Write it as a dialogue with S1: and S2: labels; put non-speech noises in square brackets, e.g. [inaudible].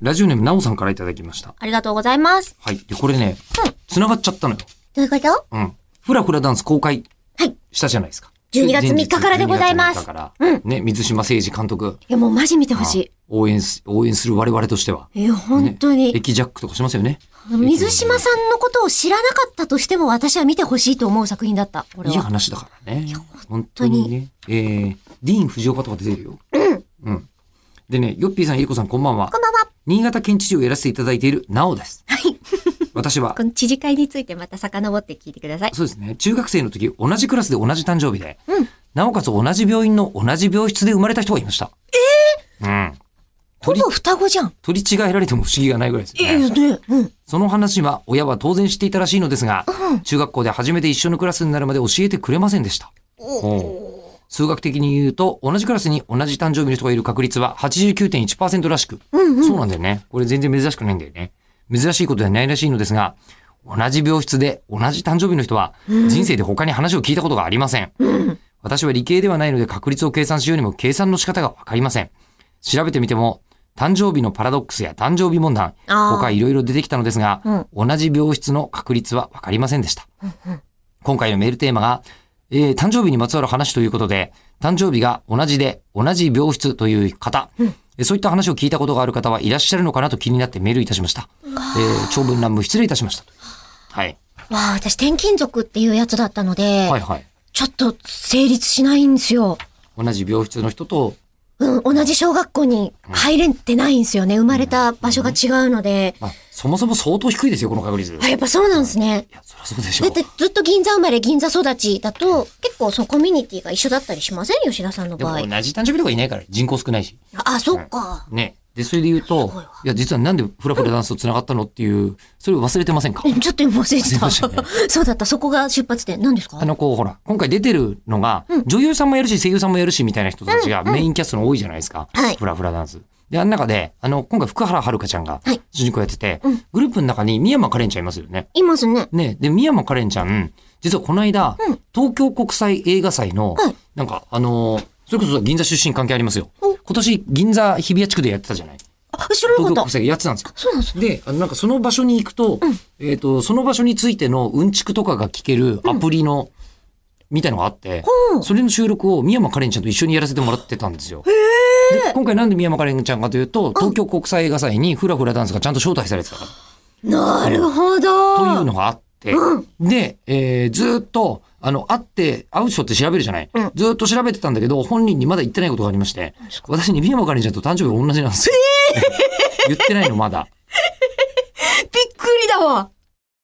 S1: ラジオネームなおさんからいただきました。
S2: ありがとうございます。
S1: はい。で、これね
S2: うん、
S1: 繋がっちゃったのよ。
S2: どういうこと
S1: うん。フラフラダンス公開
S2: はい
S1: したじゃないですか。
S2: 12月3日からでございま
S1: 12
S2: す
S1: 月3日か
S2: う
S1: ら
S2: ん。
S1: ね、水島誠二監督。
S2: いや、もうマジ見てほし
S1: 応援す、応援する我々としては。
S2: い。いや、本当に。
S1: 駅ジャックとかしますよね。
S2: 水島さんのことを知らなかったとしても私は見てほしいと思う作品だった。これ
S1: いい
S2: は。
S1: 話だからね。本
S2: 当
S1: 当
S2: に
S1: にね。えー、ディーン・藤岡とか出てるよ。うん。でね、ヨッピーさん、ゆりこさん、こんばんは
S2: こ。んばんは。
S1: 新潟県知事をやらせていただいている、なおです。
S2: はい。
S1: [laughs] 私は、
S2: この知事会についてまた遡って聞いてください。
S1: そうですね。中学生の時、同じクラスで同じ誕生日で、
S2: うん
S1: なおかつ同じ病院の同じ病室で生まれた人がいました。えうん。
S2: ほ
S1: 取り
S2: ぼ、双子じゃん。
S1: 取り違えられても不思議がないぐらいです
S2: え
S1: ね。
S2: ね。うん。
S1: その話は親は当然知っていたらしいのですが、中学校で初めて一緒のクラスになるまで教えてくれませんでした。ほう数学的に言うと、同じクラスに同じ誕生日の人がいる確率は89.1%らしく、そうなんだよね。これ全然珍しくないんだよね。珍しいことではないらしいのですが、同じ病室で同じ誕生日の人は、人生で他に話を聞いたことがありません。私は理系ではないので確率を計算しようにも計算の仕方がわかりません。調べてみても、誕生日のパラドックスや誕生日問題、
S2: あー
S1: 他いろいろ出てきたのですが、同じ病室の確率はわかりませんでした。今回のメールテーマが、えー誕生日にまつわる話ということで、誕生日が同じで同じ病室という方、えーそういった話を聞いたことがある方はいらっしゃるのかなと気になってメールいたしました。えー長文乱文失礼いたしました。はい。
S2: わあ、私、転勤族っていうやつだったので、
S1: はいはい。
S2: ちょっと成立しないんですよ。
S1: 同じ病室の人と、
S2: うん、同じ小学校に入れてないんですよね。生まれた場所が違うので。
S1: あ、そもそも相当低いですよ、この確率。い
S2: あ、やっぱそうなんですね。
S1: や、そりゃそうでしょ
S2: だっ
S1: う。
S2: てずっと銀座生まれ銀座育ちだと、結構そのコミュニティが一緒だったりしません吉田さんの
S1: で
S2: 場
S1: も
S2: 合
S1: 同。じ誕生日とかいないから、人口少ないし。
S2: あ、そっか。
S1: ね。で、それで言うと
S2: すごいわ、
S1: いや、実はなんでフラフラダンスと繋がったのっていう、それを忘れてませんか
S2: えちょっと今忘れて
S1: すい
S2: た。
S1: ませんね
S2: [laughs] そうだった。そこが出発点。何ですか
S1: あの、こう、ほら、今回出てるのが、女優さんもやるし、声優さんもやるし、みたいな人たちがメインキャストの多いじゃないですか。
S2: はい
S1: フラフラダンス。で、あの中で、あの、今回福原遥ちゃんが
S2: はい
S1: 主人公やってて、グループの中に宮間カレンちゃんいますよね。
S2: いますね。
S1: ね、で、宮間カレンちゃん、実はこの間、東京国際映画祭の、
S2: はい
S1: なんか、あのーそれこそ銀座出身関係ありますよ。今年、銀座日比谷地区でやってたじゃない
S2: あ、知らな
S1: 東京
S2: か
S1: 国
S2: った。
S1: 際やってたんですよ。
S2: そうなんですね。
S1: で、あのなんかその場所に行くと、えっ、と、その場所についてのうんちくとかが聞けるアプリの、みたいのがあって、それの収録を宮間カレンちゃんと一緒にやらせてもらってたんですよ。で今回なんで宮間カレンちゃんかというと、東京国際映画祭にフラフラダンスがちゃんと招待されてたから。
S2: なるほ
S1: と
S2: ど。
S1: いうのがあって、で、えーずーっと、あの、会って、会う人って調べるじゃない、ずーっと調べてたんだけど、本人にまだ言ってないことがありまして、私に宮間かりんちゃんと誕生日が同じなんですよ。言ってないの、まだ。
S2: びっくりだわ。